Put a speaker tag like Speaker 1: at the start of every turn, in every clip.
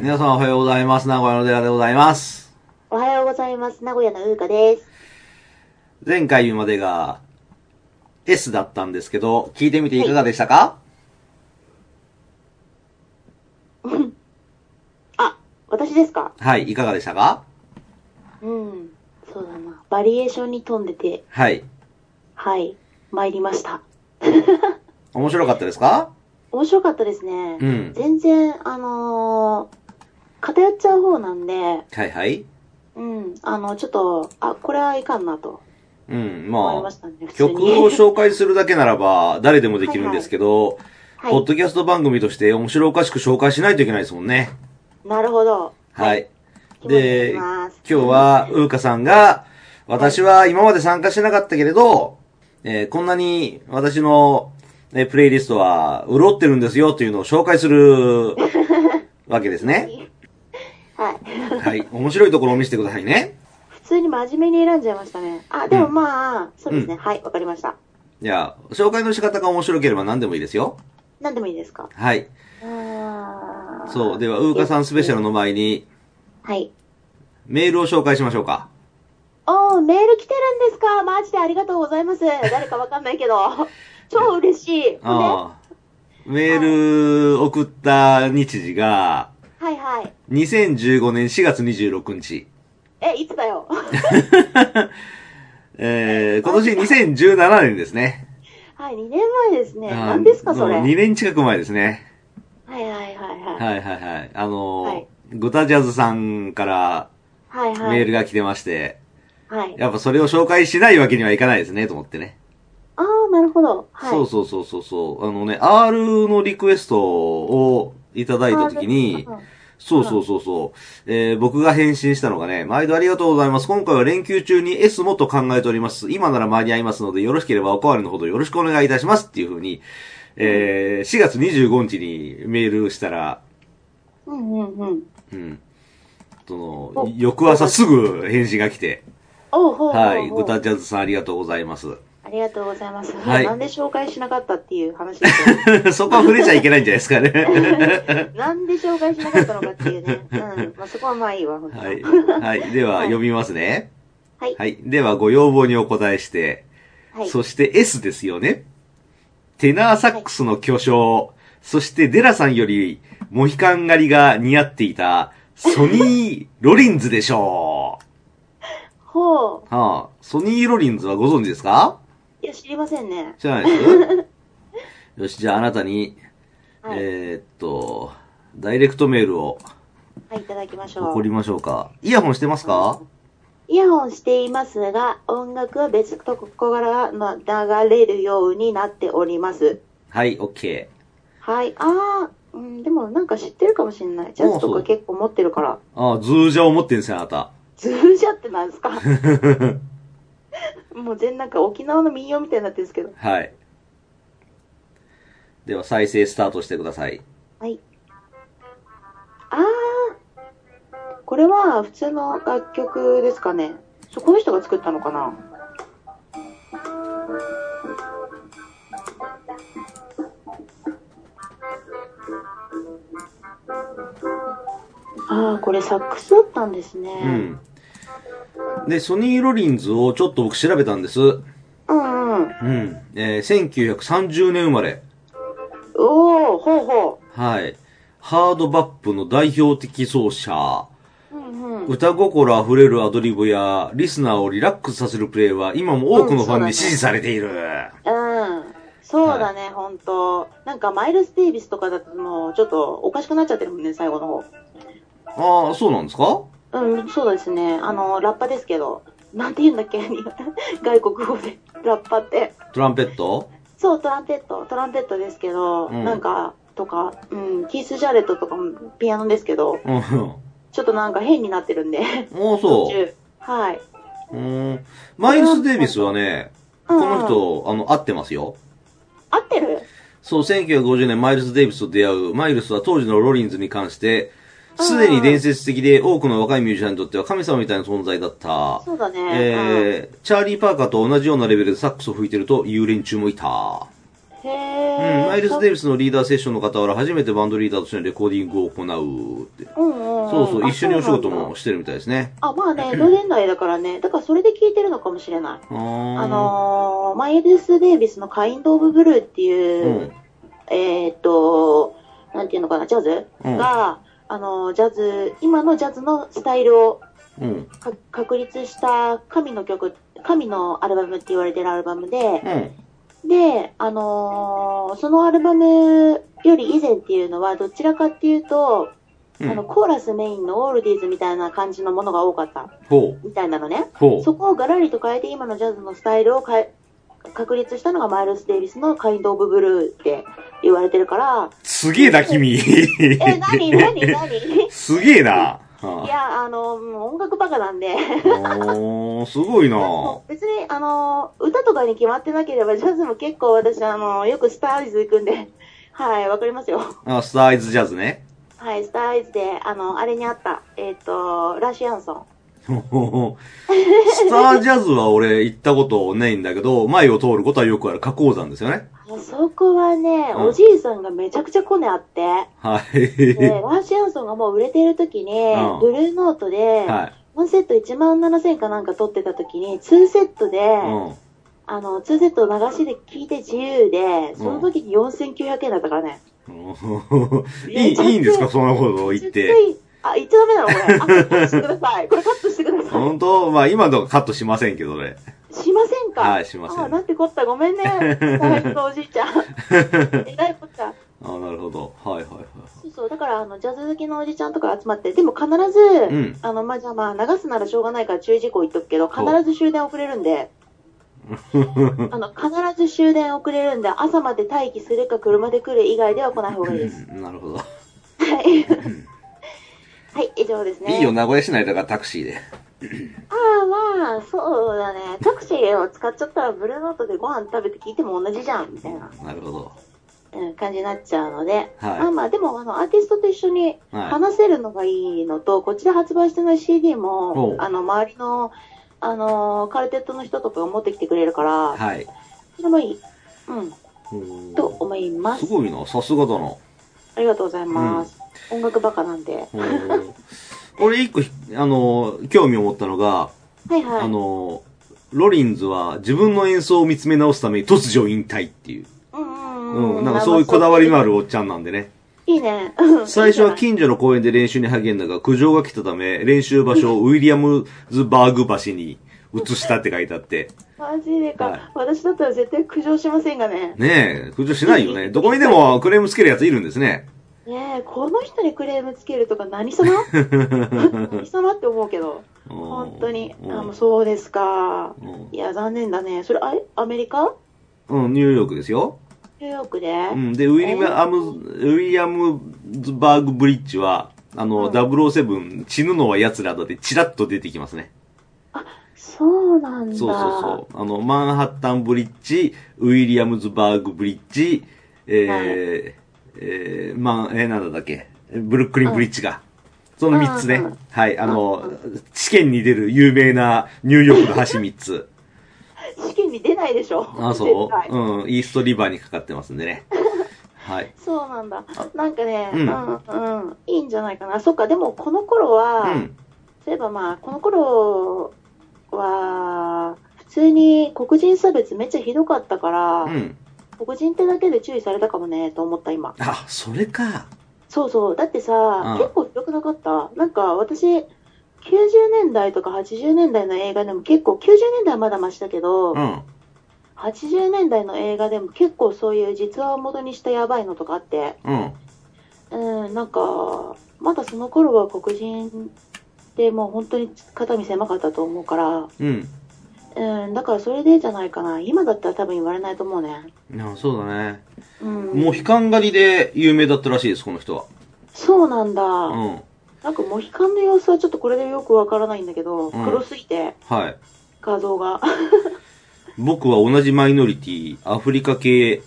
Speaker 1: 皆さんおはようございます。名古屋の寺でございます。
Speaker 2: おはようございます。名古屋のうーかです。
Speaker 1: 前回までが S だったんですけど、聞いてみていかがでしたか、
Speaker 2: あ、私ですか
Speaker 1: はい、いかがでしたか
Speaker 2: うん。そうだな。バリエーションに富んでて、
Speaker 1: はい。
Speaker 2: はい、参りました。
Speaker 1: 面白かったですか
Speaker 2: 面白かったですね。
Speaker 1: うん
Speaker 2: 全然、あのー偏っちゃう方なんで、
Speaker 1: はいはい。
Speaker 2: うん、あの、ちょっと、あ、これはいかんなと
Speaker 1: うん、
Speaker 2: 思い
Speaker 1: ま
Speaker 2: ま
Speaker 1: あ
Speaker 2: し、たね、普通に。
Speaker 1: 曲を紹介するだけならば、誰でもできるんですけど、
Speaker 2: は
Speaker 1: ポッ
Speaker 2: い。
Speaker 1: ドキャスト番組として面白おかしく紹介しないといけないですもんね。
Speaker 2: なるほど。
Speaker 1: はい。
Speaker 2: 気持ちい
Speaker 1: で、
Speaker 2: きま
Speaker 1: 今
Speaker 2: す
Speaker 1: 日は、うーかさんが、私は今まで参加してなかったけれど、えーこんなに私の、えープレイリストは潤ってるんですよというのを紹介す るわけですね。
Speaker 2: はい。
Speaker 1: はい。面白いところを見せてくださいね。
Speaker 2: 普通に真面目に選んじゃいましたね。あ、でも
Speaker 1: うん
Speaker 2: まあ、そうですね。
Speaker 1: うん
Speaker 2: はい、わかりました。
Speaker 1: じゃあ、紹介の仕方が面白ければ何でもいいですよ。
Speaker 2: 何でもいいですか
Speaker 1: はい。
Speaker 2: あー
Speaker 1: そう。では、うーかさんスペシャルの前に、
Speaker 2: はい。
Speaker 1: メールを紹介しましょうか。
Speaker 2: おー、メール来てるんですかマジでありがとうございます。誰かわかんないけ ど。超嬉しい。ほんでは
Speaker 1: ああ。メール送った日時が、
Speaker 2: いはい。
Speaker 1: 2015年4月26日。
Speaker 2: え、いつだよ。
Speaker 1: えー、今年2017年ですね。
Speaker 2: はい、2年前ですね。
Speaker 1: あー
Speaker 2: 何ですか、それ。
Speaker 1: もう
Speaker 2: はい
Speaker 1: 2年近く前ですね。
Speaker 2: はいはいはい。
Speaker 1: はいはいはい。あのー
Speaker 2: はい
Speaker 1: ゴタジャズさんから
Speaker 2: はいはい。
Speaker 1: メールが来てまして、
Speaker 2: はい。
Speaker 1: やっぱそれを紹介しないわけにはいかないですね、と思ってね。
Speaker 2: あー、なるほど。はい。
Speaker 1: そうそうそうそうそう。あのね、R のリクエストをいただいたときに
Speaker 2: あ、ー
Speaker 1: そうそうそうそう。えー僕が返信したのがね、毎度ありがとうございます。今回は連休中に S もと考えております。今なら間に合いますので、よろしければおかわりのほどよろしくお願いいたします。っていうふうに、えー4月25日にメールしたら、
Speaker 2: うんうんうん。
Speaker 1: うん。その
Speaker 2: お、
Speaker 1: 翌朝すぐ返信が来て、
Speaker 2: おうほうほうほう。
Speaker 1: はい。グタジャズさんありがとうございます。
Speaker 2: ありがとうございます。
Speaker 1: はい
Speaker 2: なんで紹介しなかったっていう話 ですよ
Speaker 1: そこは触れちゃいけないんじゃないですかね。
Speaker 2: なんで紹介しなかったのかっていうね。うん。まあ、そこはまあいいわ、本当
Speaker 1: はい。
Speaker 2: に。
Speaker 1: はい。では、読みますね。
Speaker 2: はい
Speaker 1: はい。では、ご要望にお答えして、
Speaker 2: はい。
Speaker 1: そして S ですよね。テナーサックスの巨匠、そしてデラさんよりモヒカン狩りが似合っていたソニー・ロリンズでしょ
Speaker 2: ほう。
Speaker 1: う。はあ、ソニー・ロリンズはご存知ですか
Speaker 2: いや、知りませんね。
Speaker 1: 知らないですよし、じゃああなたに、
Speaker 2: はい。
Speaker 1: えーっと、ダイレクトメールを
Speaker 2: はい、いただきましょ
Speaker 1: 送
Speaker 2: う
Speaker 1: り。ましょうか。イヤホンしてますか
Speaker 2: イヤホンしていますが、音楽は別とここからの流れるようになっております。
Speaker 1: はい、OK。
Speaker 2: はい。あー、うん、でもなんか知ってるかもしれない。ジャズと
Speaker 1: そうそ
Speaker 2: か
Speaker 1: う
Speaker 2: 結構持ってるから。
Speaker 1: ああ、ズージャーを持ってんですよ、あなた。
Speaker 2: ズージャってなんですかもう全然なんか沖縄の民謡みたいになってるんですけど。
Speaker 1: はい。では、再生スタートしてください。
Speaker 2: はい。あー、これは普通の楽曲ですかね。そうこの人が作ったのかなああ、これサックスだったんですね。
Speaker 1: うん。で、ソニー・ロリンズをちょっと僕調べたんです。うん。
Speaker 2: うんうん。
Speaker 1: えー1930年生まれ。
Speaker 2: おお、ほうほ
Speaker 1: はい。ハードバップの代表的奏者。
Speaker 2: う。うんうん。
Speaker 1: 歌心あふれるアドリブや、リスナーをリラックスさせるプレイは、今も多くのファンに支持されている。
Speaker 2: うん。そうだね、ほんと。なんかマイルス・デイビスとかだともうちょっとおかしくなっちゃってるもんね、最後の方。
Speaker 1: ああ、そうなんですか
Speaker 2: うん、そうですね。あの、ラッパですけど、なんて言うんだっけ 外国語で。ラッパって。
Speaker 1: トランペット
Speaker 2: そう、トランペット。トランペットですけど、
Speaker 1: うん
Speaker 2: なんか、とか、うん、キース・ジャレットとかもピアノですけど、
Speaker 1: うん。ああ、
Speaker 2: ちょっとなんか変になってるんで。
Speaker 1: そ
Speaker 2: 途中 はい。
Speaker 1: う。うん。マイルス・デイビスはね、こ
Speaker 2: うん
Speaker 1: の人、あの、合ってますよ。
Speaker 2: 合ってる
Speaker 1: そう、1950年マイルス・デイビスと出会う、マイルスは当時のロリンズに関して、すでに伝説的で多くの若いミュージシャンにとっては神様みたいな存在だった。
Speaker 2: そうだね。
Speaker 1: えー、チャーリー・パーカーと同じようなレベルでサックスを吹いてるという連中もいた。
Speaker 2: うん
Speaker 1: う
Speaker 2: へ
Speaker 1: ん、
Speaker 2: え。
Speaker 1: マイルス・デイビスのリーダーセッションの傍ら初めてバンドリーダーとしてのレコーディングを行うって。
Speaker 2: うんうん。
Speaker 1: そうそう、
Speaker 2: あ
Speaker 1: 一緒にお仕事。
Speaker 2: そうなん
Speaker 1: も
Speaker 2: だ
Speaker 1: してるみたいですね。
Speaker 2: あ、まあね、同年代だからね。だからそれで聞いてるのかもしれない。
Speaker 1: あ
Speaker 2: あ
Speaker 1: の
Speaker 2: のー、マイルス・デイビスのカインド・オブ・ブルーっていう、
Speaker 1: うん。
Speaker 2: えーっと、なんていうのかな、ジャズ
Speaker 1: うん。
Speaker 2: が、あのー、ジャズ、今のジャズのスタイルを
Speaker 1: うん。
Speaker 2: か確立した神の曲、神のアルバムって言われてるアルバムで、
Speaker 1: うん。
Speaker 2: で、あのーそのアルバムより以前っていうのは、どちらかっていうと、
Speaker 1: う
Speaker 2: あの、
Speaker 1: ん。
Speaker 2: コーラスメインのオールディーズみたいな感じのものが多かった、
Speaker 1: ほう。
Speaker 2: みたいなのね。
Speaker 1: ほう。
Speaker 2: そこをガラリと変えて今のジャズのスタイルを変え確立したのがマイルス・デイビスのカインド・オブ・ブルーって言われてるから、
Speaker 1: すげえな、君。
Speaker 2: え、なになになに い
Speaker 1: すげえ な。はあ
Speaker 2: や、あの、もう音楽バカなんで、
Speaker 1: おー、すごいな。
Speaker 2: もう別に、あの、歌とかに決まってなければ、ジャズも結構私、あの、よくスターアイズ行くんで、 はい、わかりますよ。
Speaker 1: あ、スターアイズジャズね。
Speaker 2: はい、スターアイズで、あの、あれにあった、えっ、と、ラッシュアンソン。
Speaker 1: ほほほスタージャズは俺行ったことないんだけど、前を通ることはよくある花崗山ですよね。
Speaker 2: あそこはね、
Speaker 1: うん
Speaker 2: おじいさんがめちゃくちゃコネあって、
Speaker 1: はい。
Speaker 2: で、ラッシュアンソンがもう売れてる時に、
Speaker 1: うん
Speaker 2: ブルーノートで、
Speaker 1: はい。
Speaker 2: 1セット1万7000かなんか取ってた時に、2セットで、
Speaker 1: うん。
Speaker 2: あの、2セット流しで聴いて自由で、その時に4900円だったからね。
Speaker 1: いい、いいんですかそんなこと言っ
Speaker 2: ち
Speaker 1: て。
Speaker 2: ょといあ、言っちゃダメなのこれ。あ、カットしてください。これカットしてください。
Speaker 1: 本当まあ今のとこカットしませんけどね。
Speaker 2: しませんか
Speaker 1: はいしません
Speaker 2: あ、なんてこった。ごめんね。大変なおじいちゃ ん。えらいこっちゃ。
Speaker 1: あなるほど。はいはいはいは
Speaker 2: そうそう。だから、あの、ジャズ好きのおじちゃんとか集まって、でも必ず、
Speaker 1: い。うん。
Speaker 2: あの、まあ、じゃあまあ、流すならしょうがないから注意事項言っとくけど、必ず終電遅れる んで、あの、必ず終電遅れるんで、朝まで待機するか車で来る以外では来ない方がいいです。
Speaker 1: なるほど。
Speaker 2: はい。はい、以上ですね。
Speaker 1: いいよ、名古屋市内だからタクシーで。
Speaker 2: ああ、まあ、そうだね。タクシーを使っちゃったら、ブルーノートでご飯食べて聞いても同じじゃん、みたいな、
Speaker 1: なるほど。
Speaker 2: うん、感じになっちゃうので、まあ
Speaker 1: は
Speaker 2: まあ、でも、あの、アーティストと一緒に
Speaker 1: い。はい。
Speaker 2: 話せるのがいいのと、こっちで発売してない CD
Speaker 1: ほう
Speaker 2: も、あの、周りの、あのーカルテットの人とかが持ってきてくれるから、
Speaker 1: はい。
Speaker 2: それもいい。うん、
Speaker 1: うん
Speaker 2: と思います
Speaker 1: す。ごいな、さすがだな。
Speaker 2: ありがとうございます。音楽バカなんで。は
Speaker 1: うん俺一個ひ、あの、興味を持ったのが、
Speaker 2: いはい。
Speaker 1: あの、ロリンズは自分の演奏を見つめ直すために突如引退っていう。
Speaker 2: うんうん
Speaker 1: うん、なんかそういうこだわりのあるおっちゃんなんでね。
Speaker 2: いいね。うん
Speaker 1: 最初は近所の公園で練習に励んだが、苦情が来たため、練習場所をウィリアムズバーグ橋に移したって書いてあって。
Speaker 2: マジでか、
Speaker 1: はい
Speaker 2: 私だったら絶対苦情しませんがね。
Speaker 1: ねえ、苦情しないよね。どこにでもクレームつけるやついるんですね。
Speaker 2: ねえ、この人にクレームつけるとか 何様何様って思うけど。本当に。あ、
Speaker 1: うん
Speaker 2: もうそうですか。
Speaker 1: うん
Speaker 2: いや、残念だね。それ、あれアメリカ
Speaker 1: うん、ニューヨークですよ。
Speaker 2: ニューヨークで、
Speaker 1: うん、で、ウィリアムズ、ウィリアムズバーグブリッジは、あの、
Speaker 2: うん
Speaker 1: 007、死ぬのは奴らだってチラッと出てきますね。
Speaker 2: そうなんだ。
Speaker 1: そうそうそう。あの、マンハッタンブリッジ、ウィリアムズバーグブリッジ、えー、
Speaker 2: はい
Speaker 1: えー、まあ、えー、なんだっけ、ブルックリンブリッジが。その3つね
Speaker 2: うんうん。
Speaker 1: はい、あの、試験に出る有名なニューヨークの橋3つ。
Speaker 2: 試験に出ないでしょ。
Speaker 1: あ、そ
Speaker 2: 絶対
Speaker 1: ううん、イーストリバーにかかってますんでね。はい。
Speaker 2: そうなんだ。なんかね、
Speaker 1: う
Speaker 2: うんん、うん、いいんじゃないかな。そっか、でもこの頃
Speaker 1: う
Speaker 2: は、
Speaker 1: ん。
Speaker 2: そういえばまあ、この頃は、普通に黒人差別めっちゃひどかったから、
Speaker 1: うん。
Speaker 2: 黒人ってだけで注意されたかもね、と思った今。
Speaker 1: あ、それか。
Speaker 2: そうそう。だってさ、
Speaker 1: ん
Speaker 2: 結構ひどくなかった。なんか私、90年代とか80年代の映画でも結構、90年代はまだマシだけど、
Speaker 1: うん。
Speaker 2: 80年代の映画でも結構そういう実話を元にしたやばいのとかあって、
Speaker 1: うん。
Speaker 2: うん、なんか、まだその頃は黒人ってもう本当に肩身狭かったと思うから、
Speaker 1: うん。
Speaker 2: うん、だからそれでじゃないかな。今だったら多分言われないと思うね。
Speaker 1: いや、そうだね。
Speaker 2: うん。
Speaker 1: モヒカン狩りで有名だったらしいです、この人は。
Speaker 2: そうなんだ。
Speaker 1: うん。
Speaker 2: なんかモヒカンの様子はちょっとこれでよくわからないんだけ
Speaker 1: う
Speaker 2: ど、
Speaker 1: ん
Speaker 2: 黒すぎて
Speaker 1: はい。
Speaker 2: 画像が。
Speaker 1: 僕は同じマイノリティ、アフリカ系、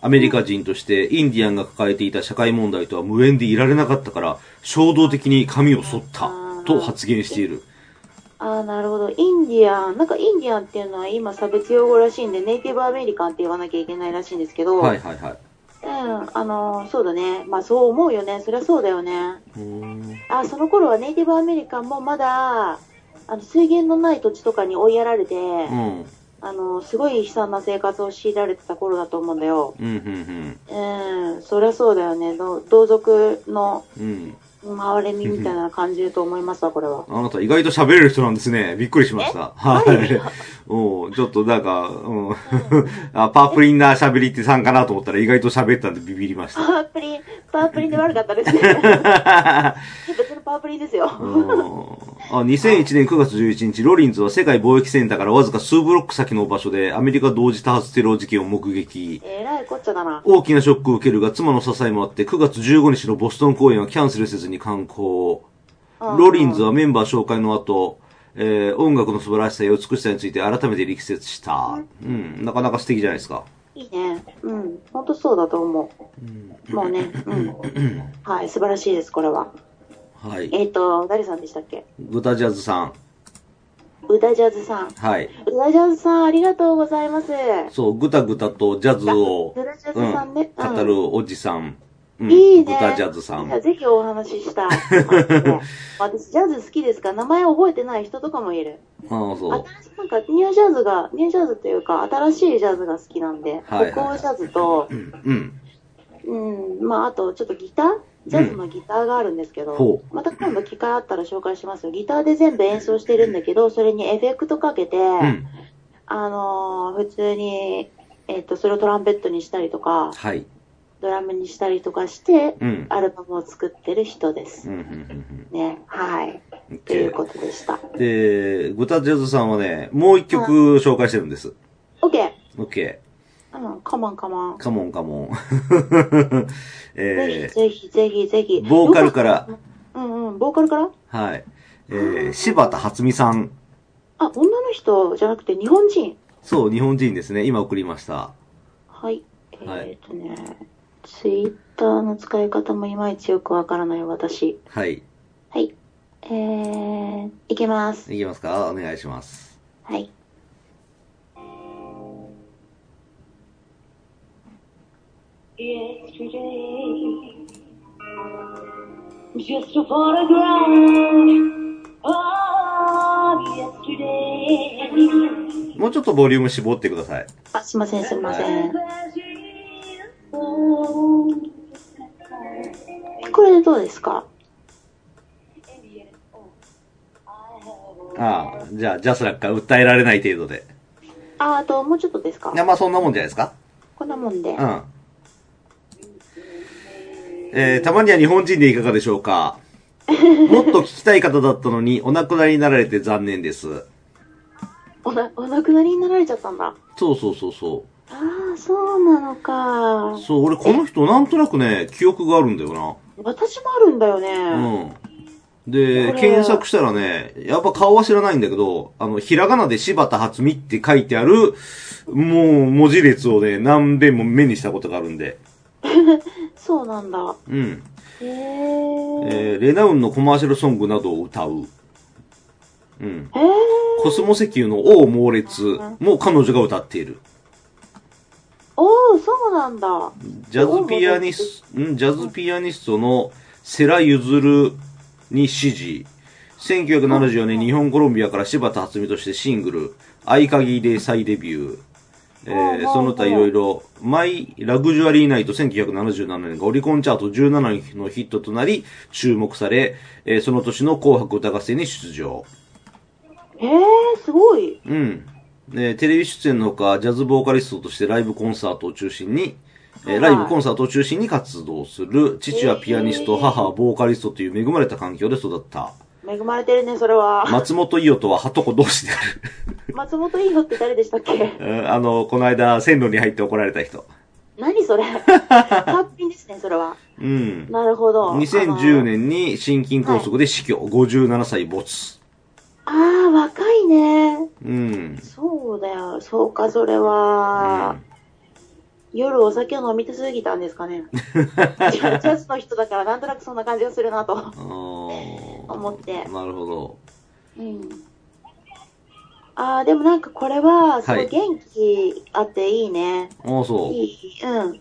Speaker 1: アメリカ人として、インディアンが抱えていた社会問題とは無縁でいられなかったから、衝動的に髪を剃った、と発言している。
Speaker 2: ああ、なるほど。インディアン、なんかインディアンっていうのは今差別用語らしいんで、ネイティブアメリカンって言わなきゃいけないらしいんですけど、
Speaker 1: はいはいはい。
Speaker 2: うん、あのーそうだね。まあそう思うよね。そりゃそうだよね。
Speaker 1: うーん。
Speaker 2: あ、その頃はネイティブアメリカンもまだ、あの、水源のない土地とかに追いやられて、
Speaker 1: うん。
Speaker 2: あのーすごい悲惨な生活を強いられてた頃だと思うんだよ。
Speaker 1: うん、うん、
Speaker 2: うん、そりゃそうだよね。ど同族の
Speaker 1: うん。うん。
Speaker 2: 回れみみたいな感じだと思いますわ、これは。
Speaker 1: あなた意外と喋れる人なんですね。びっくりしました。はい。 おうちょっとなんか、うん。 あパープリンな喋りってさんかなと思ったら意外と喋ったんでビビりまし
Speaker 2: パープリン、パープリンで悪かったです ね。
Speaker 1: た。
Speaker 2: 別のパープリンですよ。
Speaker 1: あ2001年9月11日、ロリンズは世界貿易センターからわずか数ブロック先の場所でアメリカ同時多発テロ事件を目撃。
Speaker 2: えらいこっちゃだな。
Speaker 1: 大きなショックを受けるが妻の支えもあって9月15日のボストン公演はキャンセルせずに観光。
Speaker 2: うん
Speaker 1: ロリンズはメンバー紹介の後、えー音楽の素晴らしさや美しさについて改めて力説した。うん、なかなか素敵じゃないですか。
Speaker 2: いいね。うん。ほんとそうだと思う。もうね。うん。はい、素晴らしいです、これは。
Speaker 1: はい。
Speaker 2: えっ、と、誰さんでしたっけ
Speaker 1: グタジャズさん。
Speaker 2: 宇田ジャズさん。
Speaker 1: はい。
Speaker 2: 宇田ジャズさん、ありがとうございます。
Speaker 1: そう、グタグタとジャズを、
Speaker 2: グタジャズ
Speaker 1: うん
Speaker 2: さんねうん
Speaker 1: 語るおじさん。うん
Speaker 2: いいね。
Speaker 1: グタジャズさん
Speaker 2: いや。ぜひお話し したい。はい私、ジャズ好きですから、名前覚えてない人とかもいる。
Speaker 1: ああ、そう。
Speaker 2: 新しい、なんか、ニュージャズが、ニュージャズというか、新しいジャズが好きなんで、
Speaker 1: はいはい
Speaker 2: 北欧ジャズと、
Speaker 1: うん。
Speaker 2: うん、まあ、あと、ちょっとギタージャズのギターがあるんですけど、
Speaker 1: ほ
Speaker 2: また今度機会あったら紹介しますよ。ギターで全部演奏してるんだけど、それにエフェクトかけて、
Speaker 1: うん。
Speaker 2: あのー普通に、えっ、と、それをトランペットにしたりとか、
Speaker 1: はい。
Speaker 2: ドラムにしたりとかして、
Speaker 1: うん。
Speaker 2: アルバムを作ってる人で
Speaker 1: う
Speaker 2: す。
Speaker 1: ん、うん、うん
Speaker 2: ね。はい。
Speaker 1: うん。
Speaker 2: ということでした。
Speaker 1: で、グタジャズさんはね、もう一曲紹介してるんです。
Speaker 2: OK!
Speaker 1: オッケ
Speaker 2: うん、カモンカモン
Speaker 1: ー。。カモンカモン。
Speaker 2: ぜ
Speaker 1: え
Speaker 2: ひぜひぜひぜひ。
Speaker 1: ー、ボーカルから、
Speaker 2: うんうん、ボーカルから
Speaker 1: はい。えー、柴田初美さん。
Speaker 2: あ、女の人じゃなくて日本人。
Speaker 1: そう、日本人ですね。今送りました。
Speaker 2: はい。え
Speaker 1: はい
Speaker 2: ーっとね、ツイッターの使い方もいまいちよくわからない私。
Speaker 1: はい。
Speaker 2: はい。えー、いきます。
Speaker 1: いきますかお願いします。
Speaker 2: はい。
Speaker 3: Yesterday, just a photograph of yesterday.
Speaker 1: もうちょっとボリューム絞ってください。
Speaker 2: あ、すいません、すいません。これでどうですか
Speaker 1: ああ、じゃあ、ジャスラックから訴えられない程度で。
Speaker 2: あ、あともうちょっとですか
Speaker 1: いや、まあそんなもんじゃないですか
Speaker 2: こんなもんで
Speaker 1: う。ん。えー、たまには日本人でいかがでしょう かもっと聞きたい方だったのに、お亡くなりになられて残念です。
Speaker 2: おな、お亡くなりになられちゃったんだ。
Speaker 1: そうそうそうそ
Speaker 2: ああ、そうなのか
Speaker 1: う。。そう、俺この人なんとなくね、記憶があるんだよ
Speaker 2: 私もあるんだよね。
Speaker 1: な。うん。で、
Speaker 2: これ
Speaker 1: 検索したらね、やっぱ顔は知らないんだけど、あの、ひらがなで柴田初美って書いてある、もう文字列をね、何遍も目にしたことがあるんで。
Speaker 2: そうなんだ。
Speaker 1: うん。
Speaker 2: へえ
Speaker 1: えー、レナウンのコマーシャルソングなどを歌う。うん。
Speaker 2: えー、
Speaker 1: コスモ石油の王猛烈も彼女が歌っている。
Speaker 2: おお、そうなんだ。
Speaker 1: ジャズピアニスト、んジャズピアニストの世良ゆずるに支持。1974年日本コロンビアから柴田初美としてシングル、合鍵で再デビュー。えーその他いろいろ、マイ・ラグジュアリー・ナイト1977年がオリコンチャート17のヒットとなり、注目され、えーその年の紅白歌合戦に出場。
Speaker 2: ええー、すごい。
Speaker 1: うん。えーテレビ出演のほか、ジャズボーカリストとしてライブコンサートを中心に、えー
Speaker 2: はい
Speaker 1: ライブコンサートを中心に活動する、父はピアニスト、
Speaker 2: えー
Speaker 1: 母はボーカリストという恵まれた環境で育った。
Speaker 2: 恵まれてるね、それは。
Speaker 1: 松本伊代とは鳩子同士である。
Speaker 2: 松本伊代って誰でしたっけ
Speaker 1: うんあの、この間、線路に入って怒られた人。
Speaker 2: 何 それ。ハッピーですね、それは。
Speaker 1: うん。
Speaker 2: なるほど。
Speaker 1: 2010。年に心筋梗塞で死去、57歳没。
Speaker 2: あのあー、若いね。
Speaker 1: うん。
Speaker 2: そうだよ。そうか、それは。夜お酒を飲みすぎたんですか ね。ジャジャズの人だから、なんとなくそんな感じがするなと
Speaker 1: あー
Speaker 2: 思って。
Speaker 1: なるほど。
Speaker 2: うん。ああ、でもなんかこれは、すご
Speaker 1: はい
Speaker 2: い元気あっていいね。
Speaker 1: ああ、そう。
Speaker 2: いい、うん。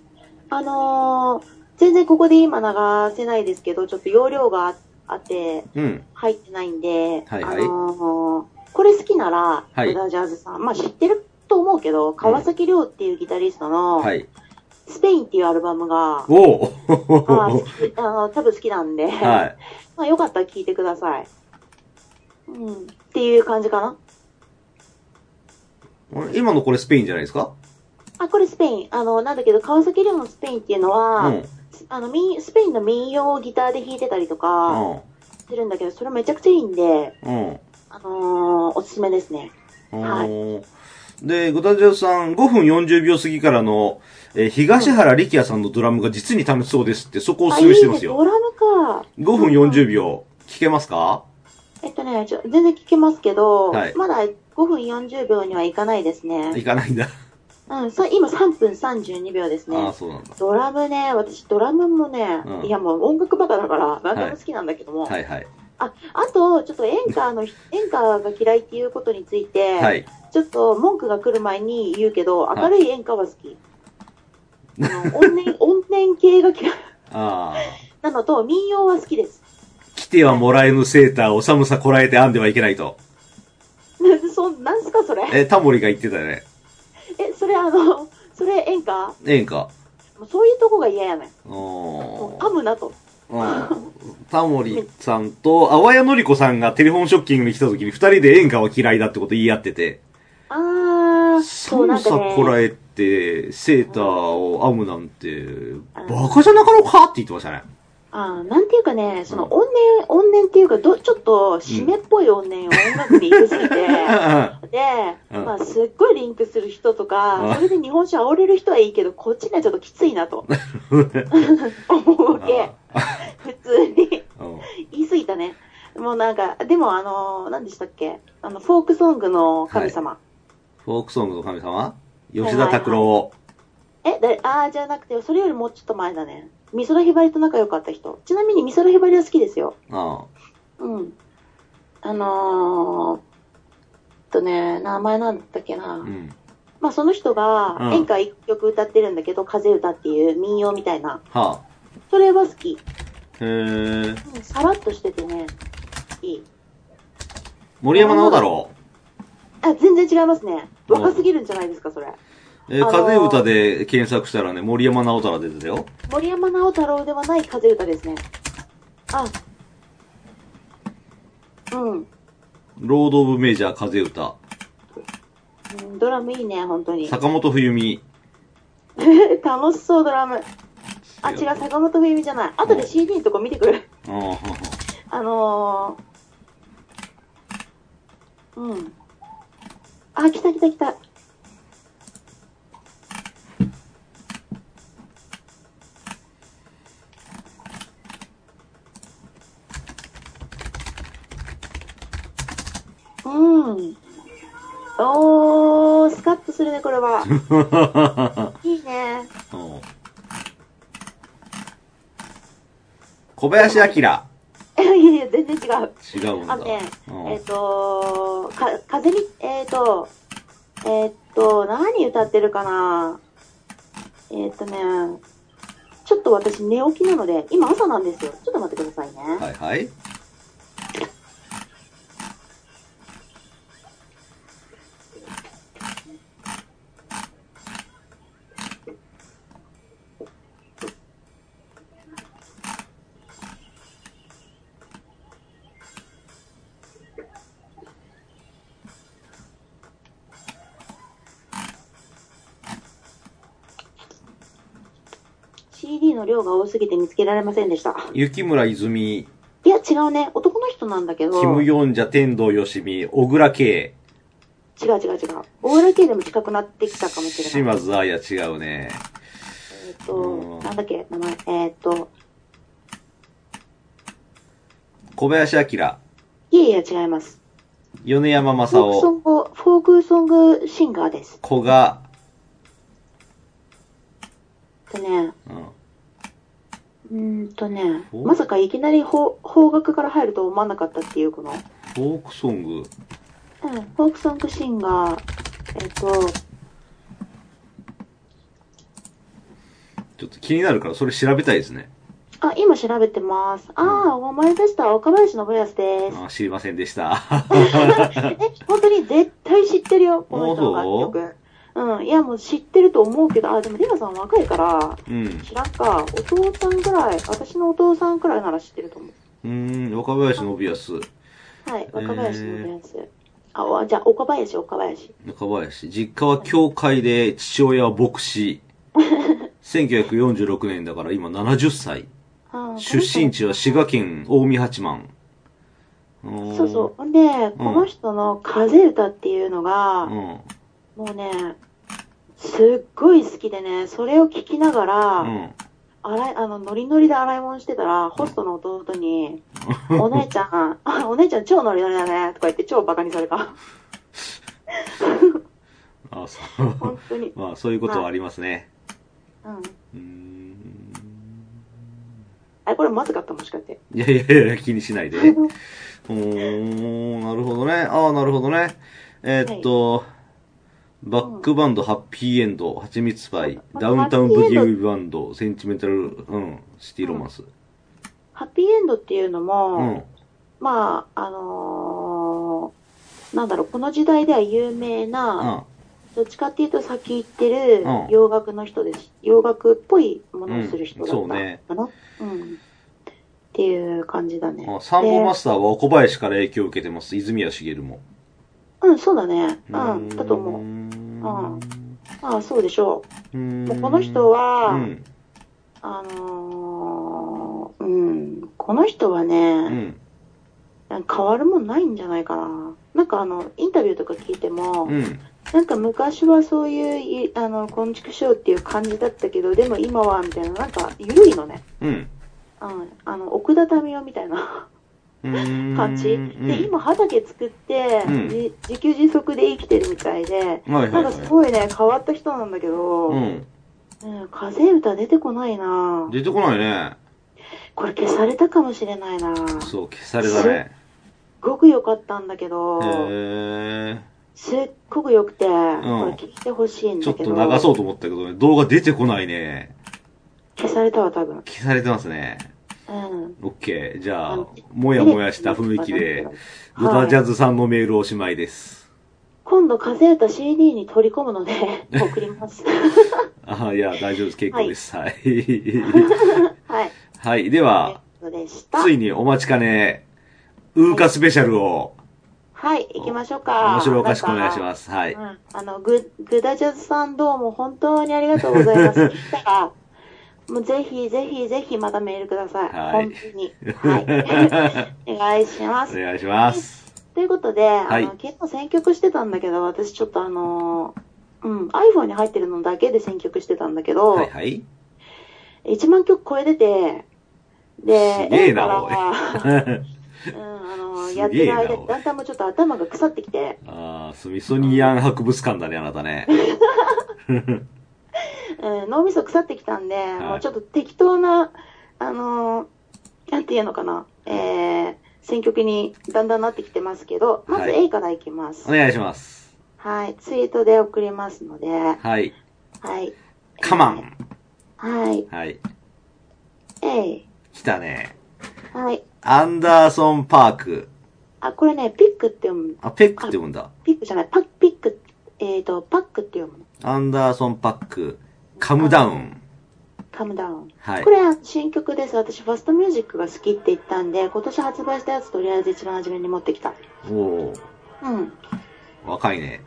Speaker 2: あのー全然ここで今流せないですけど、ちょっと容量がああって、
Speaker 1: うん。
Speaker 2: 入ってないんで、
Speaker 1: はいはい
Speaker 2: あのーこれ好きなら、
Speaker 1: はい
Speaker 2: ブラジャーズさん、まあ知ってると思うけど、川崎亮っていうギタリストの、
Speaker 1: はい。
Speaker 2: スペインっていうアルバムが、
Speaker 1: おお
Speaker 2: あー好
Speaker 1: は
Speaker 2: きあの多分好きなん
Speaker 1: い。
Speaker 2: で、まあよかったら聴いてください。うん、っていう感じかな。
Speaker 1: 今のこれスペインじゃないですか
Speaker 2: あ、これスペイン。あの、なんだけど、川崎亮のスペインっていうのは、
Speaker 1: うん。うん。
Speaker 2: あの民スペインの民謡をギターで弾いてたりとかしてるんだけど、それめちゃくちゃいいんで、
Speaker 1: うん。
Speaker 2: あのーおすすめですね。はい
Speaker 1: い。で、グタジオさん、5分40秒過ぎからの、えー東原力也さんのドラムが実に楽しそうですって、そこをお
Speaker 2: あ、
Speaker 1: 勧
Speaker 2: いい
Speaker 1: めして
Speaker 2: ね
Speaker 1: ま、す
Speaker 2: ド
Speaker 1: よ。
Speaker 2: ラムか。
Speaker 1: 5分40秒、聞けますか
Speaker 2: えっとね、ちょ全然聞けますけど、
Speaker 1: はい
Speaker 2: まだ5分40秒にはいかないですね。
Speaker 1: いかないんだ。
Speaker 2: うん、さ今3分32秒です
Speaker 1: ああ、
Speaker 2: ね。
Speaker 1: そうなんだ。
Speaker 2: ドラムね、私ドラムもね、
Speaker 1: うん
Speaker 2: いやもう音楽バカだから、何で
Speaker 1: はい
Speaker 2: も好きなんだけども、
Speaker 1: はいはい。
Speaker 2: ああと、ちょっと演歌の、演歌が嫌いっていうことについて、
Speaker 1: はい。
Speaker 2: ちょっと文句が来る前に言うけど、明るい演歌は好き。あの怨 念、怨念系が嫌い。
Speaker 1: ああ。
Speaker 2: なのと、民謡は好きです。
Speaker 1: 来てはもらえぬセーターを寒さこらえて編んではいけないと。
Speaker 2: そん、なんすかそれ。
Speaker 1: え、タモリが言ってたよね。
Speaker 2: え、それあの、それ演歌
Speaker 1: 演歌。
Speaker 2: もうそういうとこが嫌やねん。も
Speaker 1: お
Speaker 2: う噛むなと。
Speaker 1: うんタモリさんと、あわやのりこさんがテレフォンショッキングに来た時に二人で演歌は嫌いだってこと言い合ってて、
Speaker 2: あー、そうな
Speaker 1: 寒
Speaker 2: んか
Speaker 1: さこら
Speaker 2: ね。
Speaker 1: えて、セーターを編むなんて、バカじゃなかろうかって言ってましたね。
Speaker 2: あーなんていうかね、その、怨念、怨念っていうか、ど、ちょっと、湿っぽい怨念を音楽に入れすぎて、 で、
Speaker 1: うん
Speaker 2: まあ、すっごいリンクする人と
Speaker 1: うん
Speaker 2: か、それで日本酒煽れる人はいいけど、こっちにはちょっときつい なと思うわけ。普通に。
Speaker 1: うん
Speaker 2: 言い過ぎたね。もうなんか、でもあのー、何でしたっけあの、フォークソングの神様。
Speaker 1: フォークソングの神様吉田拓郎。
Speaker 2: え、だあーじゃなくて、それよりもうちょっと前だね。美空ひばりと仲良かった人。ちなみに美空ひばりは好きですよ。
Speaker 1: あ
Speaker 2: うん。あのー、とね、名前なんだっけな。
Speaker 1: あうん。
Speaker 2: まあその人
Speaker 1: う
Speaker 2: が
Speaker 1: ん
Speaker 2: 演歌一曲歌ってるんだけど、風歌っていう民謡みたいな。
Speaker 1: はあ。
Speaker 2: それは好き。
Speaker 1: へえ。
Speaker 2: うん、さらっとしててね、いい。
Speaker 1: 森山直太朗。
Speaker 2: あ、全然違いますね。若すぎるんじゃないですか、それ。
Speaker 1: えー、
Speaker 2: あの
Speaker 1: 風
Speaker 2: ー
Speaker 1: 歌で検索したらね、森山直太朗出てたよ。
Speaker 2: 森山直太朗ではない風歌ですね。あ。うん
Speaker 1: ロード・オブ・メジャー風歌。
Speaker 2: うん。ドラムいいね、本当に。
Speaker 1: 坂本冬美。
Speaker 2: 楽しそう、ドラム。あ、違う、坂本冬美じゃない。後で CD のとこ見てくる。
Speaker 1: ああはは
Speaker 2: あのー、うん。あ、来た来た来た。うん。おー、スカッとするね、これは。いいね。
Speaker 1: うん小林明。違
Speaker 2: いやいや、全然違う。
Speaker 1: うんだ。
Speaker 2: あのね
Speaker 1: うん
Speaker 2: えっ、とか、風に、えっ、と、えっ、と、何歌ってるかなえっ、とね、ちょっと私寝起きなので、今朝なんですよ。ちょっと待ってくださいね。
Speaker 1: はいはい。
Speaker 2: CD の量が多すぎて見つけられませんでした。
Speaker 1: 雪村泉、
Speaker 2: いや、違うね。男の人なんだけど、
Speaker 1: キム・
Speaker 2: 違う違
Speaker 1: ヨ
Speaker 2: う違う。
Speaker 1: ンジャ、天童よしみ、小倉圭、
Speaker 2: オーラ系でも近くなってきたかもしれない。
Speaker 1: 島津亜矢違うね。
Speaker 2: えっ、
Speaker 1: うん
Speaker 2: と、なんだっけ、名前。えっ、と、
Speaker 1: 小林明、
Speaker 2: いやいや違います。
Speaker 1: 米山
Speaker 2: フ
Speaker 1: 正
Speaker 2: ォークソ
Speaker 1: 夫、
Speaker 2: ング、フォークソングシンガーです。
Speaker 1: 古賀、
Speaker 2: とね、
Speaker 1: うん
Speaker 2: うーんとね、
Speaker 1: お
Speaker 2: まさかいきなり方方角から入ると思わなかったっていう、この、
Speaker 1: フォークソング。
Speaker 2: うん、フォークソングシンガー、えっ、と、
Speaker 1: ちょっと気になるから、それ調べたいですね。
Speaker 2: あ、今調べてます。ああ、お前出した岡林信康です。
Speaker 1: あ知りませんでした。
Speaker 2: え、本当に絶対知ってるよ、この人の楽曲。うん、いやもう知ってると思うけど、あ、でもリナさん若いから、
Speaker 1: うん。
Speaker 2: 知らんか、お父さんくらい、私のお父さんくらいなら知ってると思
Speaker 1: うーん、若林信康、
Speaker 2: う。はい、若林信康。あ、おじゃあ、岡林、岡林。
Speaker 1: 中林。実家は教会で、父親は牧師。1946年だから今70歳。
Speaker 2: あー
Speaker 1: 出身地は滋賀県近江八幡。
Speaker 2: そうそう。ほんで、この人の風歌っていうのが、
Speaker 1: うん。うん。
Speaker 2: もうね、すっごい好きでね、それを聞きながら、
Speaker 1: うん。
Speaker 2: 洗い、あの、ノリノリで洗い物してたら、ホストの弟 に、お姉ちゃん、あ、お姉ちゃん超ノリノリだね、とか言って超バカにされ た。
Speaker 1: あそう。
Speaker 2: 本当に。
Speaker 1: まあ、そういうことはありますね。
Speaker 2: うん。
Speaker 1: うーん。
Speaker 2: あれ、これまずかったもしかして。
Speaker 1: いやいやいや、気にしない でね。おー、なるほどね。ああ、なるほどね。えーっと、バックバンド、ハッピーエンド、ハチミツパイ、ダウンタウンブギウギバンド、センチメンタル、うん、シティロマンス。
Speaker 2: ハッピーエンドっていうの
Speaker 1: う
Speaker 2: も、
Speaker 1: ん。
Speaker 2: まあ、あのーなんだろう、この時代では有名
Speaker 1: あ
Speaker 2: な、どっちかっていうと先行ってる
Speaker 1: うん
Speaker 2: 洋楽の人です。洋楽っぽいものをする人だった
Speaker 1: うんそうね
Speaker 2: かな。うん。っていう感じだね。
Speaker 1: あサンボマスターは小林から影響を受けてます。泉谷茂も。
Speaker 2: うん、そうだね。うん、
Speaker 1: ー
Speaker 2: だと思う。
Speaker 1: ん
Speaker 2: ああ、そうでしょ
Speaker 1: うー
Speaker 2: う。
Speaker 1: ん
Speaker 2: もうこの人は、
Speaker 1: うん。
Speaker 2: あのーうん、この人はね、
Speaker 1: うん。
Speaker 2: 変わるもんないんじゃないかな。なんかあの、インタビューとか聞いても、
Speaker 1: うん。
Speaker 2: なんか昔はそういう、いあの、昆虫ショーっていう感じだったけど、でも今は、みたいな、なんか、緩いのね。
Speaker 1: うん。
Speaker 2: うん。あの、奥田民生みたいな
Speaker 1: うーん
Speaker 2: 感じ。
Speaker 1: うん
Speaker 2: で、今畑作って、
Speaker 1: うん
Speaker 2: じ自給自足で生きてるみたいで、
Speaker 1: はい
Speaker 2: な
Speaker 1: は
Speaker 2: ん
Speaker 1: い、
Speaker 2: か
Speaker 1: はい。
Speaker 2: すごいね、変わった人なんだけど、
Speaker 1: うん。
Speaker 2: うん、風歌出てこないな
Speaker 1: 出てこないね。
Speaker 2: これ消されたかもしれないなすっ
Speaker 1: そう、消されたね。
Speaker 2: ごく良かったんだけ
Speaker 1: へ
Speaker 2: ど、
Speaker 1: ー。
Speaker 2: すっごく良くて、これ聞いてほしいん
Speaker 1: ちょ
Speaker 2: だ
Speaker 1: っ
Speaker 2: け
Speaker 1: と
Speaker 2: ど、
Speaker 1: 流そうと思ったけどね、動画出てこないね。
Speaker 2: 消されたわ、多分。
Speaker 1: 消されてますね。
Speaker 2: うん。
Speaker 1: オッケー。じゃ
Speaker 2: あ
Speaker 1: あ
Speaker 2: の、
Speaker 1: もやもやした雰囲気で、ドタジャズさんのメールおしまいです。
Speaker 2: 今度、風邪歌 CD に取り込むので、 送 ります。
Speaker 1: ああ、いや、大丈夫です。結構です。はい。
Speaker 2: はい。
Speaker 1: はい。では、
Speaker 2: ということでした。
Speaker 1: ついにお待ちかね、ウーカスペシャルを、
Speaker 2: はい、行きましょうか。
Speaker 1: 面白おかしくお願いし
Speaker 2: す。
Speaker 1: ます。はい。
Speaker 2: うん、あの、グ、グダジャズさんどうも本当にありがとうござ います。来たら、もうぜひぜひぜひまたメールください。
Speaker 1: はい
Speaker 2: 本当に。 はい。お願いし ま
Speaker 1: お
Speaker 2: す。
Speaker 1: 願いします。
Speaker 2: ということで、
Speaker 1: い
Speaker 2: あの、結構選曲してたんだけど、私ちょっとあのーうん、iPhone に入ってるのだけで選曲してたんだけど、
Speaker 1: はいはい。
Speaker 2: 1万曲超えてて、
Speaker 1: す
Speaker 2: で、
Speaker 1: げえな
Speaker 2: から
Speaker 1: おい
Speaker 2: うん、あのー
Speaker 1: すげえな
Speaker 2: やってる間
Speaker 1: おい
Speaker 2: にだんだんもうちょっと頭が腐ってきて、
Speaker 1: ああ、スミソニアン博物館だね、あなたね。
Speaker 2: うん、脳みそ腐ってきたんで、
Speaker 1: い
Speaker 2: もうちょっと適当な、あのーなんていうのかな、えー、選曲にだんだんなってきてますけど、まず
Speaker 1: はい
Speaker 2: A からいきます。
Speaker 1: お
Speaker 2: はい、
Speaker 1: 願いします。
Speaker 2: ツイートで送りますので、は
Speaker 1: はい。
Speaker 2: い。
Speaker 1: カマン。
Speaker 2: はい、
Speaker 1: はい。
Speaker 2: A。
Speaker 1: 来たね。
Speaker 2: はい。
Speaker 1: アンダーソン・パーク。
Speaker 2: あ、これね、ピックって読む。
Speaker 1: あ、ペックって読むんだ。
Speaker 2: ピックじゃない、パピック、えっ、と、パックって読むの。
Speaker 1: アンダーソン・パック。カムダウン。
Speaker 2: カムダウン。
Speaker 1: はい
Speaker 2: こ。れは新曲です。私、ファストミュージックが好きって言ったんで、今年発売したやつとりあえず一番初めに持ってきた。
Speaker 1: おおー
Speaker 2: うん。
Speaker 1: 若いね。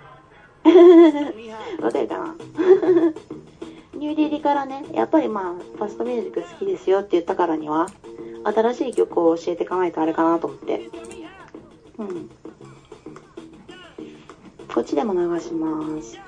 Speaker 2: わかるかな ニューリリからね、やっぱりまあ、ファストミュージック好きですよって言ったからには、新しい曲を教えていかないとあれかなと思って。うん。こっちでも流します。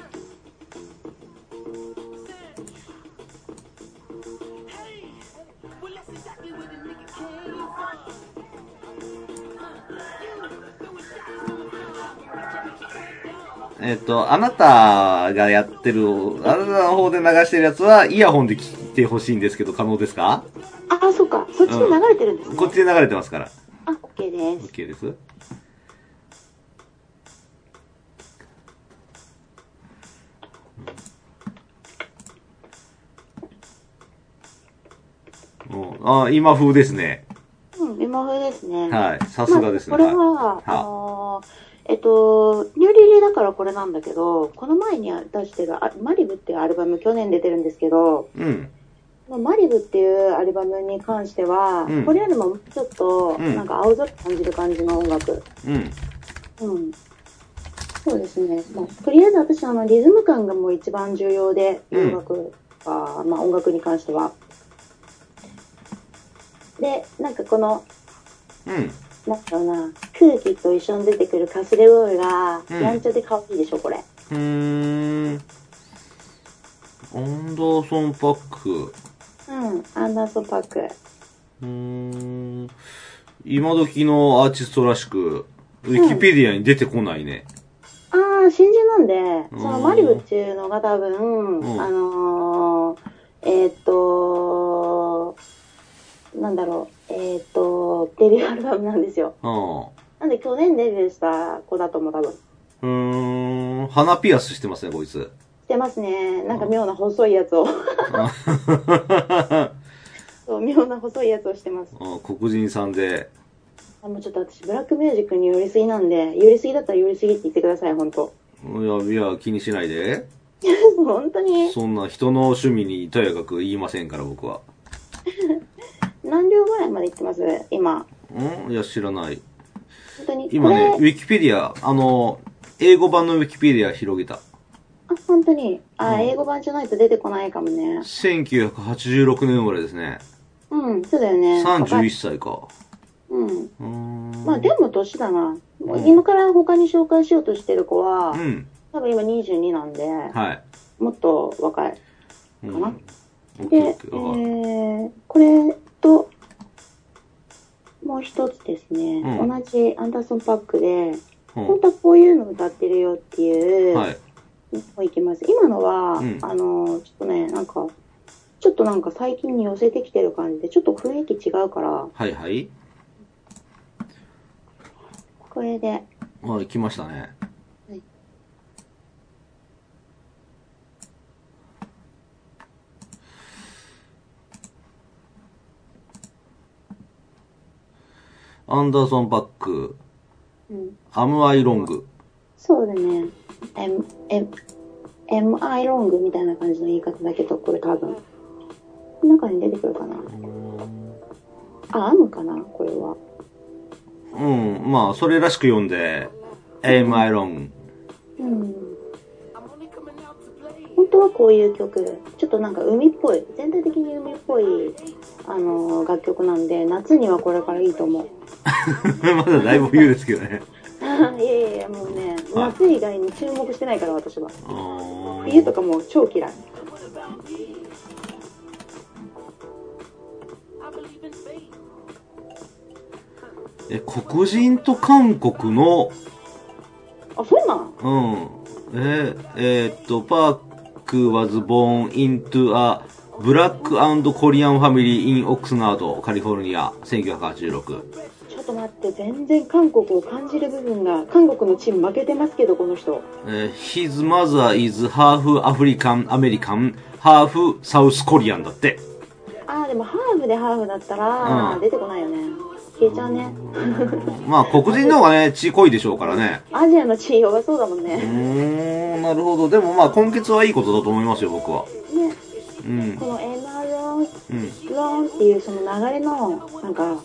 Speaker 1: えっと、あなたがやってる、あなたの方で流してるやつは、イヤホンで聞いてほしいんですけど、可能ですか
Speaker 2: あ、あ、そうか。そっちで流れてるんですね。
Speaker 1: こっちで流れてますから。
Speaker 2: あ、OK です。
Speaker 1: OK です。あ今風ですね。
Speaker 2: うん、今風ですね。
Speaker 1: はい。さすがですね。
Speaker 2: まあ、こ
Speaker 1: はい
Speaker 2: れは、あのーえっと、ニューリリーだからこれなんだけど、この前に出してる、あマリブっていうアルバム、去年出てるんですけど、
Speaker 1: うん。
Speaker 2: まあマリブっていうアルバムに関しては、
Speaker 1: うん
Speaker 2: これよりもちょっと、
Speaker 1: うん
Speaker 2: なんか青ざく感じる感じの音楽。
Speaker 1: うん。
Speaker 2: うん。そうですね。まあ、とりあえず私、あの、リズム感がもう一番重要で、
Speaker 1: うん
Speaker 2: 音楽が、まあ、音楽に関しては。で、なんかこの、
Speaker 1: うん。
Speaker 2: なんだろうな、空気と一緒に出てくるカスレオイが、
Speaker 1: うん
Speaker 2: やんちゃで可愛いでしょ、これ。
Speaker 1: うーん。アンダーソンパック。
Speaker 2: うん、アンダーソンパック。
Speaker 1: うーん。今時のアーティストらしく、ウィキペディアに出てこないね。
Speaker 2: ああ、新人なんで、
Speaker 1: うん
Speaker 2: そのマリブっていうのが多分、
Speaker 1: うん
Speaker 2: あのー、えーっと、なんだろう、えーっと、デビューアルバムなんですよ。
Speaker 1: はあ。
Speaker 2: なんで去年デビューした子だとも多分。
Speaker 1: うーん。鼻ピアスしてますね、こい つ。
Speaker 2: してますね。なんか妙な細いや つを。そう、妙な細いやつをしてます。
Speaker 1: うん黒人さんで。
Speaker 2: あもうちょっと私、ブラックミュージックに寄りすぎなんで、寄りすぎだったら寄りすぎって言ってください、本当
Speaker 1: いや、いや、気にしないで。
Speaker 2: 本当に。
Speaker 1: そんな人の趣味にとやかく言いませんから、僕は。
Speaker 2: 何秒ぐらいまで行ってます今。
Speaker 1: うんいや、知らない。
Speaker 2: 本当に。
Speaker 1: 今ね、
Speaker 2: こ
Speaker 1: ウ
Speaker 2: れ
Speaker 1: ィキペディア、あの、英語版のウィキペディア広げた。
Speaker 2: あ、本当に。あ、
Speaker 1: うん
Speaker 2: 英語版じゃないと出てこないかもね。
Speaker 1: 1986年生まれですね。
Speaker 2: うん、そうだよね。若
Speaker 1: 31
Speaker 2: い
Speaker 1: 歳か。
Speaker 2: うん。
Speaker 1: うーん。
Speaker 2: まあ、でも年だな。もう
Speaker 1: うん
Speaker 2: 今から他に紹介しようとしてる子は、
Speaker 1: うん。
Speaker 2: 多分今22なんで、
Speaker 1: はい。
Speaker 2: もっと若い。
Speaker 1: うん
Speaker 2: かな
Speaker 1: オッ
Speaker 2: で、
Speaker 1: ケ
Speaker 2: え
Speaker 1: ーオッケーわかる
Speaker 2: ー、これと、もう一つですね、
Speaker 1: うん
Speaker 2: 同じアンダーソン・パックで、
Speaker 1: うん
Speaker 2: 本当はこういうの歌ってるよっていう、
Speaker 1: はい。
Speaker 2: もういきます。今のは、
Speaker 1: うん
Speaker 2: あの、ちょっとね、なんか、ちょっとなんか最近に寄せてきてる感じで、ちょっと雰囲気違うから、
Speaker 1: はいはい。
Speaker 2: これで、
Speaker 1: あ、来ましたね。
Speaker 2: はい
Speaker 1: アンダーソン・パック、
Speaker 2: うん、
Speaker 1: アム・アイ・ロング。
Speaker 2: そうだね、M、M、M、I ロングみたいな感じの言い方だけど、これ多分、中に出てくるかな。あ、アムかな、これは。
Speaker 1: うん、まあ、それらしく読んで、エイム・アイ・ロング。
Speaker 2: うん本当はこういう曲ちょっとなんか海っぽい全体的に海っぽいあのー楽曲なんで夏にはこれからいいと思う
Speaker 1: まだだいぶ冬ですけどね。
Speaker 2: いやいやいやもうね
Speaker 1: はい
Speaker 2: 夏以外に注目してないから私は
Speaker 1: うーん
Speaker 2: 冬とかもう超嫌い
Speaker 1: え、黒人と韓国の、
Speaker 2: あそうなん
Speaker 1: うん。えーえーっと、パーク was born into a black and Korean family in Oxnard, カリフォルニア、1986。
Speaker 2: ちょっと待って全然韓国を感じる部分が韓国のチーム負けてますけどこの人
Speaker 1: えー his mother is half African American, half South Korean だって。
Speaker 2: あーでもハーフでハーフだったら
Speaker 1: うん
Speaker 2: 出てこないよね消えちゃうね
Speaker 1: まあ、黒人の方がね、血濃いでしょうからね。
Speaker 2: アジアのチームがそうだもん
Speaker 1: う
Speaker 2: ね
Speaker 1: ーん、なるほど。でもまあ、今月はいいことだと思いますよ、僕は。
Speaker 2: ね
Speaker 1: うん
Speaker 2: こ。の MR
Speaker 1: うん。
Speaker 2: ローンっていうその流れのなんか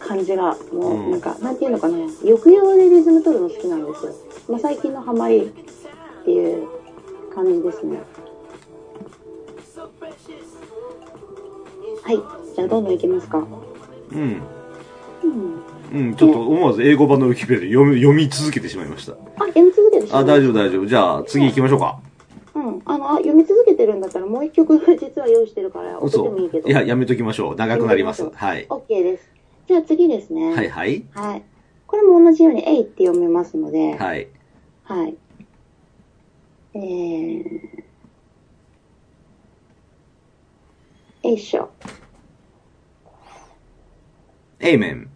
Speaker 2: 感じがも
Speaker 1: うん
Speaker 2: うなんか、なんていうのかな抑揚でリズム取るの好きなんですよ、まあ、最近のハマりっていう感じですねはいじゃあどんどんいきますか
Speaker 1: うん。
Speaker 2: うん
Speaker 1: うん、ちょっと思わず英語版のウィキペディアで読み読み続けてしまいました。
Speaker 2: あ読み続けてしま
Speaker 1: あ、
Speaker 2: う
Speaker 1: 大丈夫大丈夫。じゃあ次行きましょうか。
Speaker 2: うんあのあ読み続けてるんだったらもう一曲実は用意してるから送ってもいいけど
Speaker 1: いや、やめときましょう。長くなります
Speaker 2: や。めとき
Speaker 1: はい。
Speaker 2: OK ですじゃあ次ですね
Speaker 1: はいはい。
Speaker 2: はい。これも同じように、えいって読みますので、はい。
Speaker 1: はい。
Speaker 2: えー、えいっしょ。
Speaker 1: エイメン。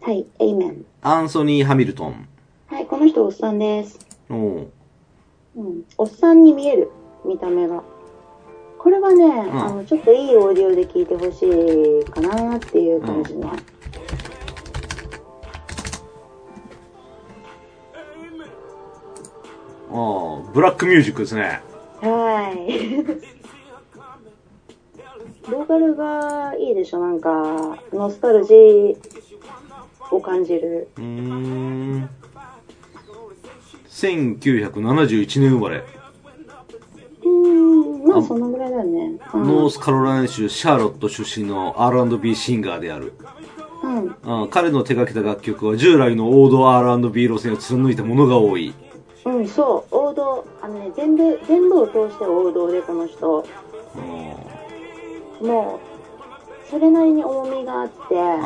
Speaker 2: はい、エイメン。
Speaker 1: アンソニー・ハミルトン。
Speaker 2: はい、この人、おっさんです。
Speaker 1: おう
Speaker 2: うん。おっさんに見える、見た目が。これはね、
Speaker 1: ん
Speaker 2: あの、ちょっといいオーディオで聞いてほしいかなっていう感じね。
Speaker 1: ああ、ブラックミュージックですね。
Speaker 2: はい。ボーカルがいいでしょ、なんか、ノスタルジーを感じる。
Speaker 1: うーん。1971年生まれ。
Speaker 2: うーん、まあそのぐらいだよね。うん。
Speaker 1: ノースカロライナ州シャーロット出身の R&B シンガーである。
Speaker 2: うん。
Speaker 1: うん彼の手掛けた楽曲は従来の王道 R&B 路線を貫いたものが多い。
Speaker 2: うん、そう、王道。あのね、全部、全部を通して王道で、この人。
Speaker 1: うん。
Speaker 2: もう、それなりに重みがあって、
Speaker 1: うん。
Speaker 2: う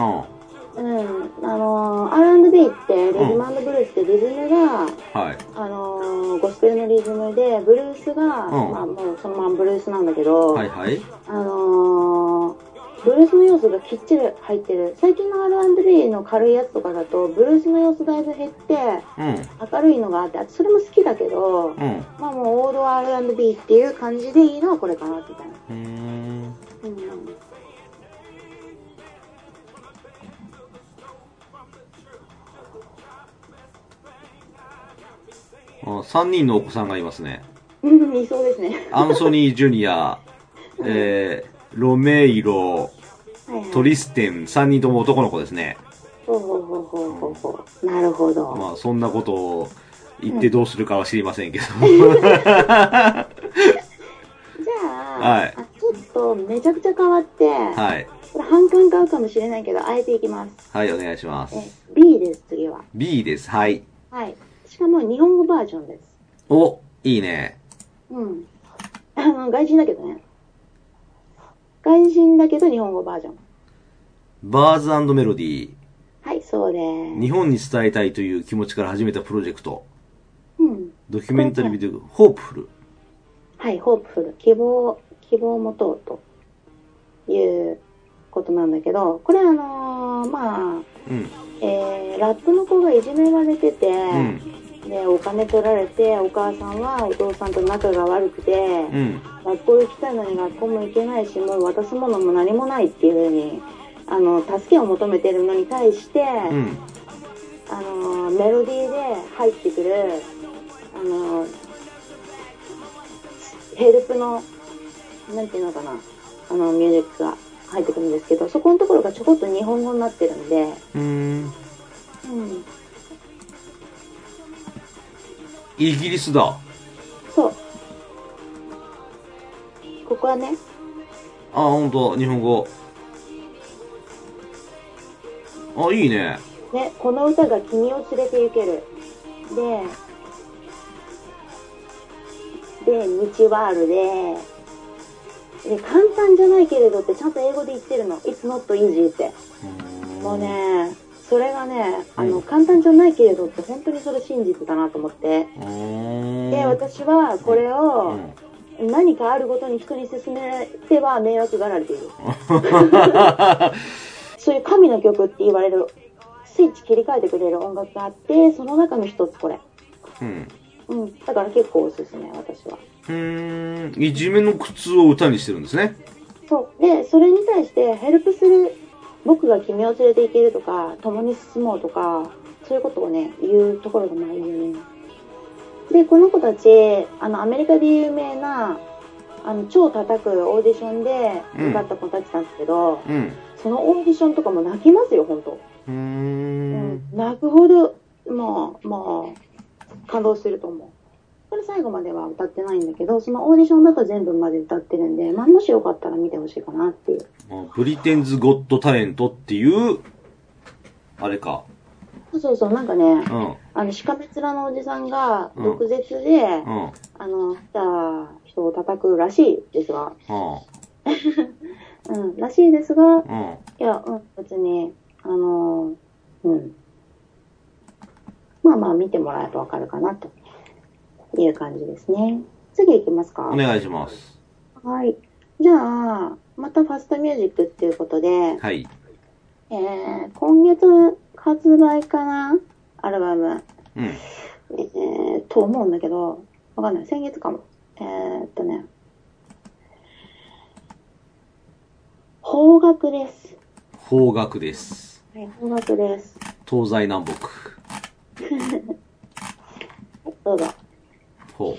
Speaker 2: ん、あのー、R&B って、リズムブルースってリズムが、
Speaker 1: はい。
Speaker 2: あのー、ゴスペルのリズムで、ブルースが、
Speaker 1: うん
Speaker 2: まあもうそのままブルースなんだけど、
Speaker 1: はいはい。
Speaker 2: あのー、ブルースの要素がきっちり入ってる。最近の R&B の軽いやつとかだと、ブルースの要素だいぶ減って、
Speaker 1: うん。
Speaker 2: 明るいのがあって、あそれも好きだけど、
Speaker 1: うん。う
Speaker 2: まあもう王道 R&B っていう感じでいいのはこれかなみたいな。
Speaker 1: ーん。
Speaker 2: うん
Speaker 1: 3人のお子さんがいますね。
Speaker 2: うん、理想ですね。
Speaker 1: アンソニー・ジュニア、えー、ロメイロ、
Speaker 2: はいはい。
Speaker 1: トリステン、3人とも男の子ですね。
Speaker 2: ほうほうほうほうほうほう。なるほど。
Speaker 1: まあ、そんなことを言ってどうするかは知りませんけど。
Speaker 2: じゃあ、
Speaker 1: はい
Speaker 2: あちょっとめちゃくちゃ変わっ て、
Speaker 1: はい。
Speaker 2: これ反感買うかもしれないけど、あえていきます。
Speaker 1: はい、お願いしま
Speaker 2: え
Speaker 1: す。
Speaker 2: B です、次は。
Speaker 1: B です。はい。
Speaker 2: はい。しかも日本語バージョンです。
Speaker 1: お、いいね。
Speaker 2: うん。あの、外人だけどね。外人だけど日本語バージョン。
Speaker 1: バーズメロディー。
Speaker 2: はい、そうです。
Speaker 1: 日本に伝えたいという気持ちから始めたプロジェクト。
Speaker 2: うん。
Speaker 1: ドキュメンタリービデオ、ホープフル。
Speaker 2: はい、ホープフル。希望、希望を持とうということなんだけど、これあのーまあ、
Speaker 1: うん。
Speaker 2: えー、ラップの子がいじめられてて、
Speaker 1: うん。
Speaker 2: でお金取られてお母さんはお父さんと仲が悪くて、
Speaker 1: うん。
Speaker 2: 学校行きたいのに学校も行けないしもう渡すものも何もないっていうふうにあの助けを求めてるのに対して、
Speaker 1: うん。
Speaker 2: あのメロディーで入ってくるあのヘルプのなんていうのかなあのミュージックが入ってくるんですけどそこのところがちょこっと日本語になってるんで、
Speaker 1: うん。
Speaker 2: うん、
Speaker 1: イギリスだ。
Speaker 2: そうここはね
Speaker 1: あ、ほんと、日本語。あ、いいね。
Speaker 2: ね、この歌が君を連れて行ける。で、で、道はあるで、で、簡単じゃないけれどってちゃんと英語で言ってるの。It's not easy って。もうね、それがね、あ
Speaker 1: う
Speaker 2: の、
Speaker 1: ん
Speaker 2: 簡単じゃないけれどって本当にそれ真実だなと思って。
Speaker 1: うーん。
Speaker 2: で、私はこれ
Speaker 1: う
Speaker 2: を
Speaker 1: ん
Speaker 2: 何かあるごとに人に勧めては迷惑がられている。そういう神の曲って言われる、スイッチ切り替えてくれる音楽があって、その中の一つこれ。
Speaker 1: うん。
Speaker 2: うん、だから結構おすすめ、私は。
Speaker 1: うーん。いじめの苦痛を歌にしてるんですね。
Speaker 2: そう。で、それに対して、ヘルプする、僕が君を連れて行けるとか、共に進もうとか、そういうことをね、言うところがまあいいよね。で、この子たち、あの、アメリカで有名な、あの、超叩くオーディションで受かった子たちなんですけど、
Speaker 1: うん。
Speaker 2: そのオーディションとかも泣きますよ、本当
Speaker 1: うー
Speaker 2: うん
Speaker 1: ん。、
Speaker 2: 泣くほど、もう、もう、感動すると思う。これ最後までは歌ってないんだけど、そのオーディションだと全部まで歌ってるんで、まあ、もしよかったら見てほしいかなっていう。
Speaker 1: まあブリテンズ・ゴット・タレントっていう、あれか。
Speaker 2: そうそうそう、なんかね、
Speaker 1: うん。
Speaker 2: あの、しかめ面のおじさんが、
Speaker 1: うん
Speaker 2: 毒舌で、
Speaker 1: うん。
Speaker 2: あの、来た人を叩くらしいですが、
Speaker 1: うん。
Speaker 2: うん、らしいですが、
Speaker 1: うん。
Speaker 2: いや、うん、別に、あのーうん。まあまあ見てもらえばわかるかな、という感じですね。次行きますか。
Speaker 1: お願いします。
Speaker 2: はい。じゃあ、またファストミュージックっていうことで、
Speaker 1: はい。
Speaker 2: えー、今月発売かなアルバム。
Speaker 1: うん。
Speaker 2: えー、と思うんだけど、わかんない。先月かも。えー、っとね。方角です。
Speaker 1: 方角です。
Speaker 2: はい、方角です。
Speaker 1: 東西南北。
Speaker 2: どうぞ。
Speaker 1: ほ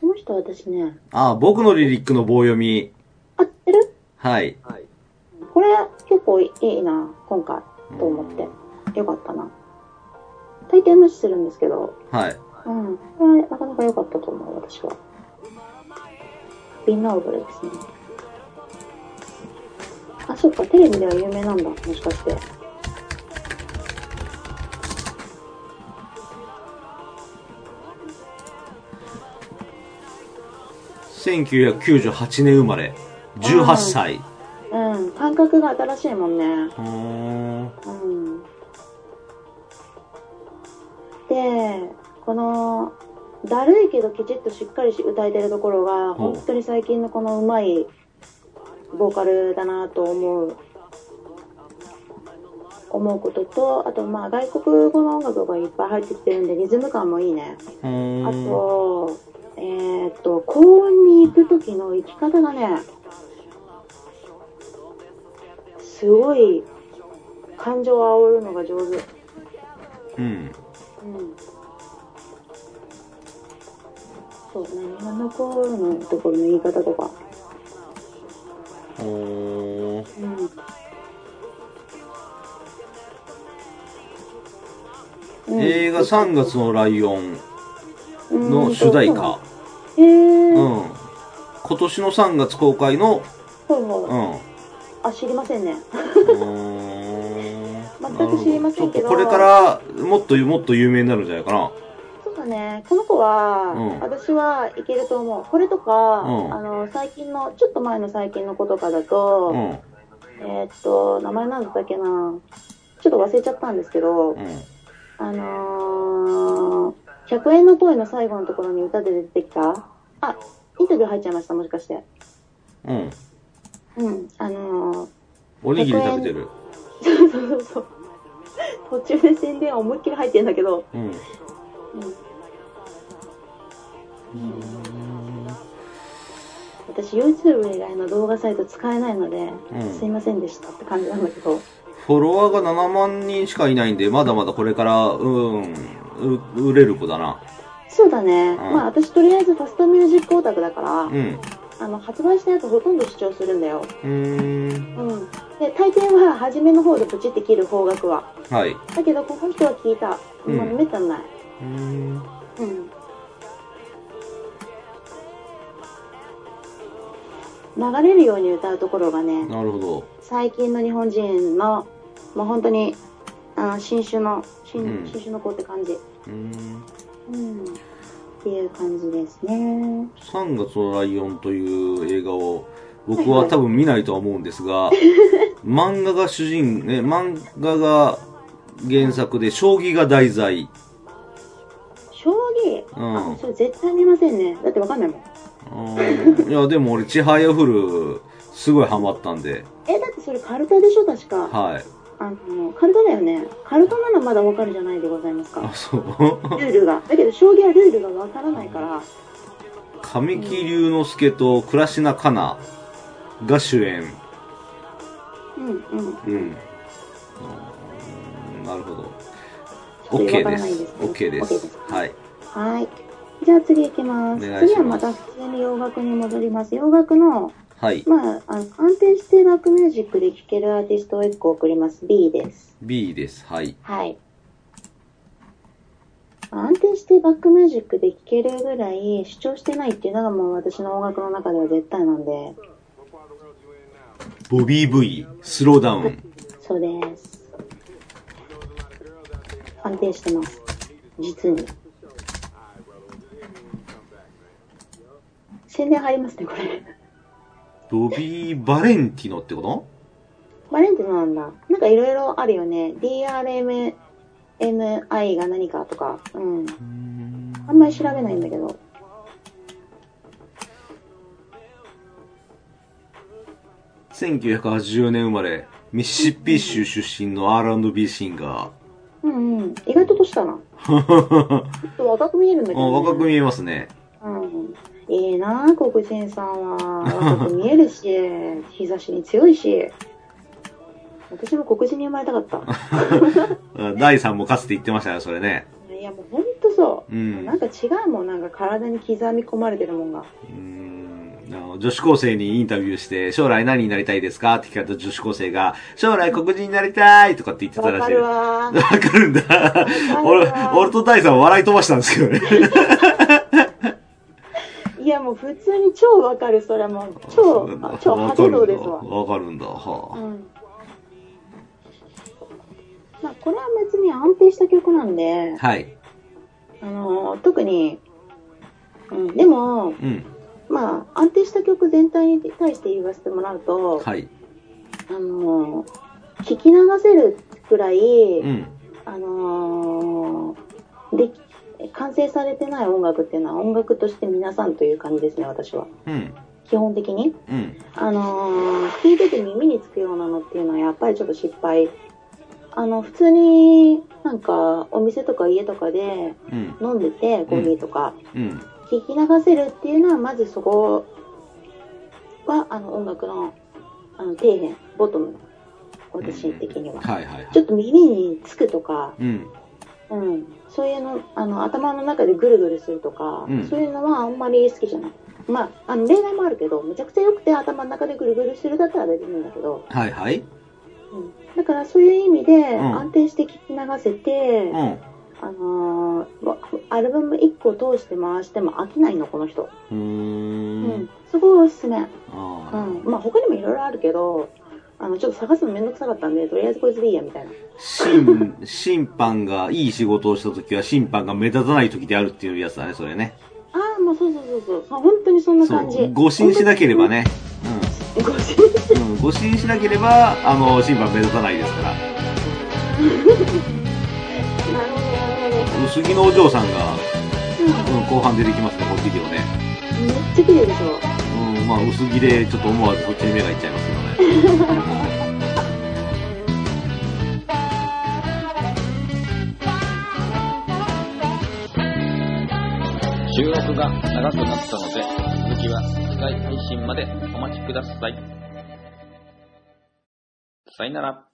Speaker 2: この人私ね、
Speaker 1: う。あ、僕のリリックの棒読み。
Speaker 2: 合ってる
Speaker 1: はい。
Speaker 2: これ結構いいな、今回、と思って。よかったな。大抵無視するんですけど、
Speaker 1: はい。
Speaker 2: うん。これはなかなか良かったと思う、私は。ビンナードルですね。あ、そっか、テレビでは有名なんだ、もしかして。
Speaker 1: 1998年生まれ。18歳。
Speaker 2: うん、感覚が新しいもんね。
Speaker 1: うーん。
Speaker 2: うん。で、この、だるいけどきちっとしっかりし歌えてるところが、
Speaker 1: ほう
Speaker 2: 本当に最近のこのうまいボーカルだなと思う。思うことと、あとまあ外国語の音楽がいっぱい入ってきてるんでリズム感もいいね。
Speaker 1: う
Speaker 2: あ
Speaker 1: ーん。
Speaker 2: と、えーっと、高音に行く時の行き方がね、すごい感情を煽るのが上手。
Speaker 1: うん。
Speaker 2: うん。そうね、今の高音のところの言い方とか。
Speaker 1: ほー
Speaker 2: うん。
Speaker 1: 映画3月のライオンの主題歌。
Speaker 2: へ
Speaker 1: う
Speaker 2: えー。
Speaker 1: ん。今年の3月公開の、
Speaker 2: はい
Speaker 1: うん
Speaker 2: はい。。あ、知りませんね。
Speaker 1: 全
Speaker 2: 全く知りませんけど
Speaker 1: これから、もっと、もっと有名になるんじゃないかな。
Speaker 2: そうだね。この子は、
Speaker 1: うん
Speaker 2: 私はいけると思う。これとか、
Speaker 1: うん
Speaker 2: あの、最近の、ちょっと前の最近の子とかだと、
Speaker 1: うん。
Speaker 2: えーっと、名前なんだったっけな。ちょっと忘れちゃったんですけど、
Speaker 1: うん。
Speaker 2: あのー、100円の声の最後のところに歌で出てきた。あ、インタビュー入っちゃいました、もしかして。
Speaker 1: うん。
Speaker 2: うん、あのー、
Speaker 1: おにぎり食べてる。
Speaker 2: そうそうそう。途中で宣伝は思いっきり入ってんだけど、
Speaker 1: うん。
Speaker 2: うん私 YouTube 以外の動画サイト使えないので、
Speaker 1: うん
Speaker 2: すいませんでしたって感じなんだけど、
Speaker 1: フォロワーが7万人しかいないんで、まだまだこれから、うん、う売れる子だな。
Speaker 2: そうだね、
Speaker 1: ん
Speaker 2: まあ私とりあえずファストミュージックオタクだから、
Speaker 1: うん。
Speaker 2: あの発売したやつほとんど視聴するんだよ、
Speaker 1: うーん。
Speaker 2: うん、で大抵は初めの方でプチって切る方角は
Speaker 1: はい。う
Speaker 2: だけどこの人は聞いた
Speaker 1: うん
Speaker 2: もうめったにない、
Speaker 1: ーん。
Speaker 2: うん流れるように歌うところがね、
Speaker 1: なるほど。
Speaker 2: 最近の日本人のもう本当にあの新種の新,、
Speaker 1: うん
Speaker 2: 新種の子って感じ、
Speaker 1: うーん。
Speaker 2: うん、っていう感じですね
Speaker 1: 3月のライオンという映画を、僕は多分見ないとは思うんです が、漫画が主人、ね、漫画が原作で、将棋が題材。
Speaker 2: 将棋、
Speaker 1: うん
Speaker 2: あそれ絶対見ませんねだってわかんないもん
Speaker 1: うんいや、でも俺、ちはやふる、すごいハマったんで、
Speaker 2: えだってそれカルタでしょ確か
Speaker 1: はい。
Speaker 2: あのカルタだよねカルタならまだわかるじゃないでございます
Speaker 1: あ、
Speaker 2: か
Speaker 1: そう。
Speaker 2: ルールがだけど将棋はルールがわからないから
Speaker 1: 神木隆之介と倉科香奈が主演。
Speaker 2: うんうん
Speaker 1: うん。うんなるほど。
Speaker 2: ちょっとわ
Speaker 1: OK
Speaker 2: か
Speaker 1: で
Speaker 2: らない
Speaker 1: す
Speaker 2: です。ね
Speaker 1: OK で
Speaker 2: OK ですす。
Speaker 1: はい。
Speaker 2: はいじゃあ次行きます
Speaker 1: お願いします
Speaker 2: 次はまた普通に洋楽に戻ります洋楽の
Speaker 1: はい。
Speaker 2: まあ、あの安定してラックミュージックで聴けるアーティストを1個送ります。B です。
Speaker 1: B です。はい。
Speaker 2: はい。安定してバックミュージックで聴けるぐらい主張してないっていうのがもう私の音楽の中では絶対なんで、
Speaker 1: ボビー V、スローダウン。
Speaker 2: そうです。安定してます。実に。宣伝入りますね、これ。
Speaker 1: ボビー・バレンティノってこ
Speaker 2: バレンティノなんだ。なんかいろいろあるよね。DRMI が何かとか。うん。
Speaker 1: とうん
Speaker 2: あんまり調べないんだけど。
Speaker 1: ?1980 年生まれ、ミシシッピ州出身の R&B シンガー。
Speaker 2: うんうん。意外と年だな。 ちょっと若く見えるんだけ
Speaker 1: う
Speaker 2: ど、
Speaker 1: ん
Speaker 2: ね。
Speaker 1: 若く見えますね。
Speaker 2: うん。ええなあ、黒人さんは。若く見えるし、 日差しに強いし。私も黒人に生まれた かった。
Speaker 1: うん第3もかつて言ってましたね、それね。
Speaker 2: いや、もうほんとそうう。
Speaker 1: ん
Speaker 2: なんか違うもん、なんか体に刻み込まれてるもんが。
Speaker 1: うんあの女子高生にインタビューして、将来何になりたいですかって聞かれた女子高生が、将来黒人になりたいとかって言ってた
Speaker 2: わ
Speaker 1: らし
Speaker 2: か
Speaker 1: いで
Speaker 2: る
Speaker 1: す。
Speaker 2: わー。
Speaker 1: わかるんだ。
Speaker 2: わ
Speaker 1: 俺、俺と大さん笑い飛ばしたんですけどね。
Speaker 2: いや、もう普通に超わかる、それもう。超、あ超
Speaker 1: わ
Speaker 2: 派
Speaker 1: か
Speaker 2: 手
Speaker 1: る
Speaker 2: 道
Speaker 1: んだ。
Speaker 2: ですわ。
Speaker 1: わかるんだ。
Speaker 2: う
Speaker 1: は
Speaker 2: ん。まあ、これは別に安定した曲なんで
Speaker 1: あ、はい。
Speaker 2: あのー特に、うん、で
Speaker 1: う
Speaker 2: も、
Speaker 1: ん。
Speaker 2: まあ、安定した曲全体に対して言わせてもらうと、
Speaker 1: はい。
Speaker 2: あのー聞き流せるくらい、
Speaker 1: うん。
Speaker 2: あのーでき完成されてない音楽っていうのは音楽として皆さんという感じですね、私は。
Speaker 1: うん。
Speaker 2: 基本的に。
Speaker 1: うん。
Speaker 2: あのー聞いてて耳につくようなのっていうのはやっぱりちょっと失敗。あの、普通になんかお店とか家とかで
Speaker 1: うん。
Speaker 2: 飲んでてコーヒーとか
Speaker 1: うん。
Speaker 2: 聞き流せるっていうのはまずそこはあの音楽のあの底辺、ボトム、私的には。
Speaker 1: はいはいはい。
Speaker 2: ちょっと耳につくとか、
Speaker 1: うん。
Speaker 2: うん、そういうの、あの、頭の中でぐるぐるするとか、
Speaker 1: うん
Speaker 2: そういうのはあんまり好きじゃない。まあ、あの、例外もあるけど、めちゃくちゃ良くて頭の中でぐるぐるするだったら別にいいんだけど、
Speaker 1: はいはい。
Speaker 2: うん、だからそういう意味で
Speaker 1: ん
Speaker 2: 安定して聞き流せて、
Speaker 1: うん。
Speaker 2: あのーわアルバム1個通して回しても飽きないの、この人。
Speaker 1: う
Speaker 2: う
Speaker 1: ーん。
Speaker 2: すごいおすすめ。
Speaker 1: あ
Speaker 2: う
Speaker 1: あ。
Speaker 2: ん。まあ、他にもいろいろあるけど、あの、ちょっと探すのめんどくさかったんで、とりあえずこいつでいいや、みたいな。
Speaker 1: 審、審判がいい仕事をしたときは審判が目立たないときであるっていうやつだね、それね。
Speaker 2: ああ、もうそうそうそうそう。そう本当にそんな
Speaker 1: そ
Speaker 2: 感じ
Speaker 1: う。。誤審しなければね。
Speaker 2: 本当に。誤信
Speaker 1: うん。うん。誤審しなければ、あの、審判目立たないですから。
Speaker 2: なるほど、なるほど。
Speaker 1: 杉のお嬢さんが、
Speaker 2: うんめっ
Speaker 1: うん、後半出てきますね、このビデオね。
Speaker 2: ちゃ綺麗でしょ。
Speaker 1: うん、まあ、薄着で、ちょっと思わずそっちに目がいっちゃいますけどね。
Speaker 4: 収録が長くなったので、続きは次回配信までお待ちください。さよなら。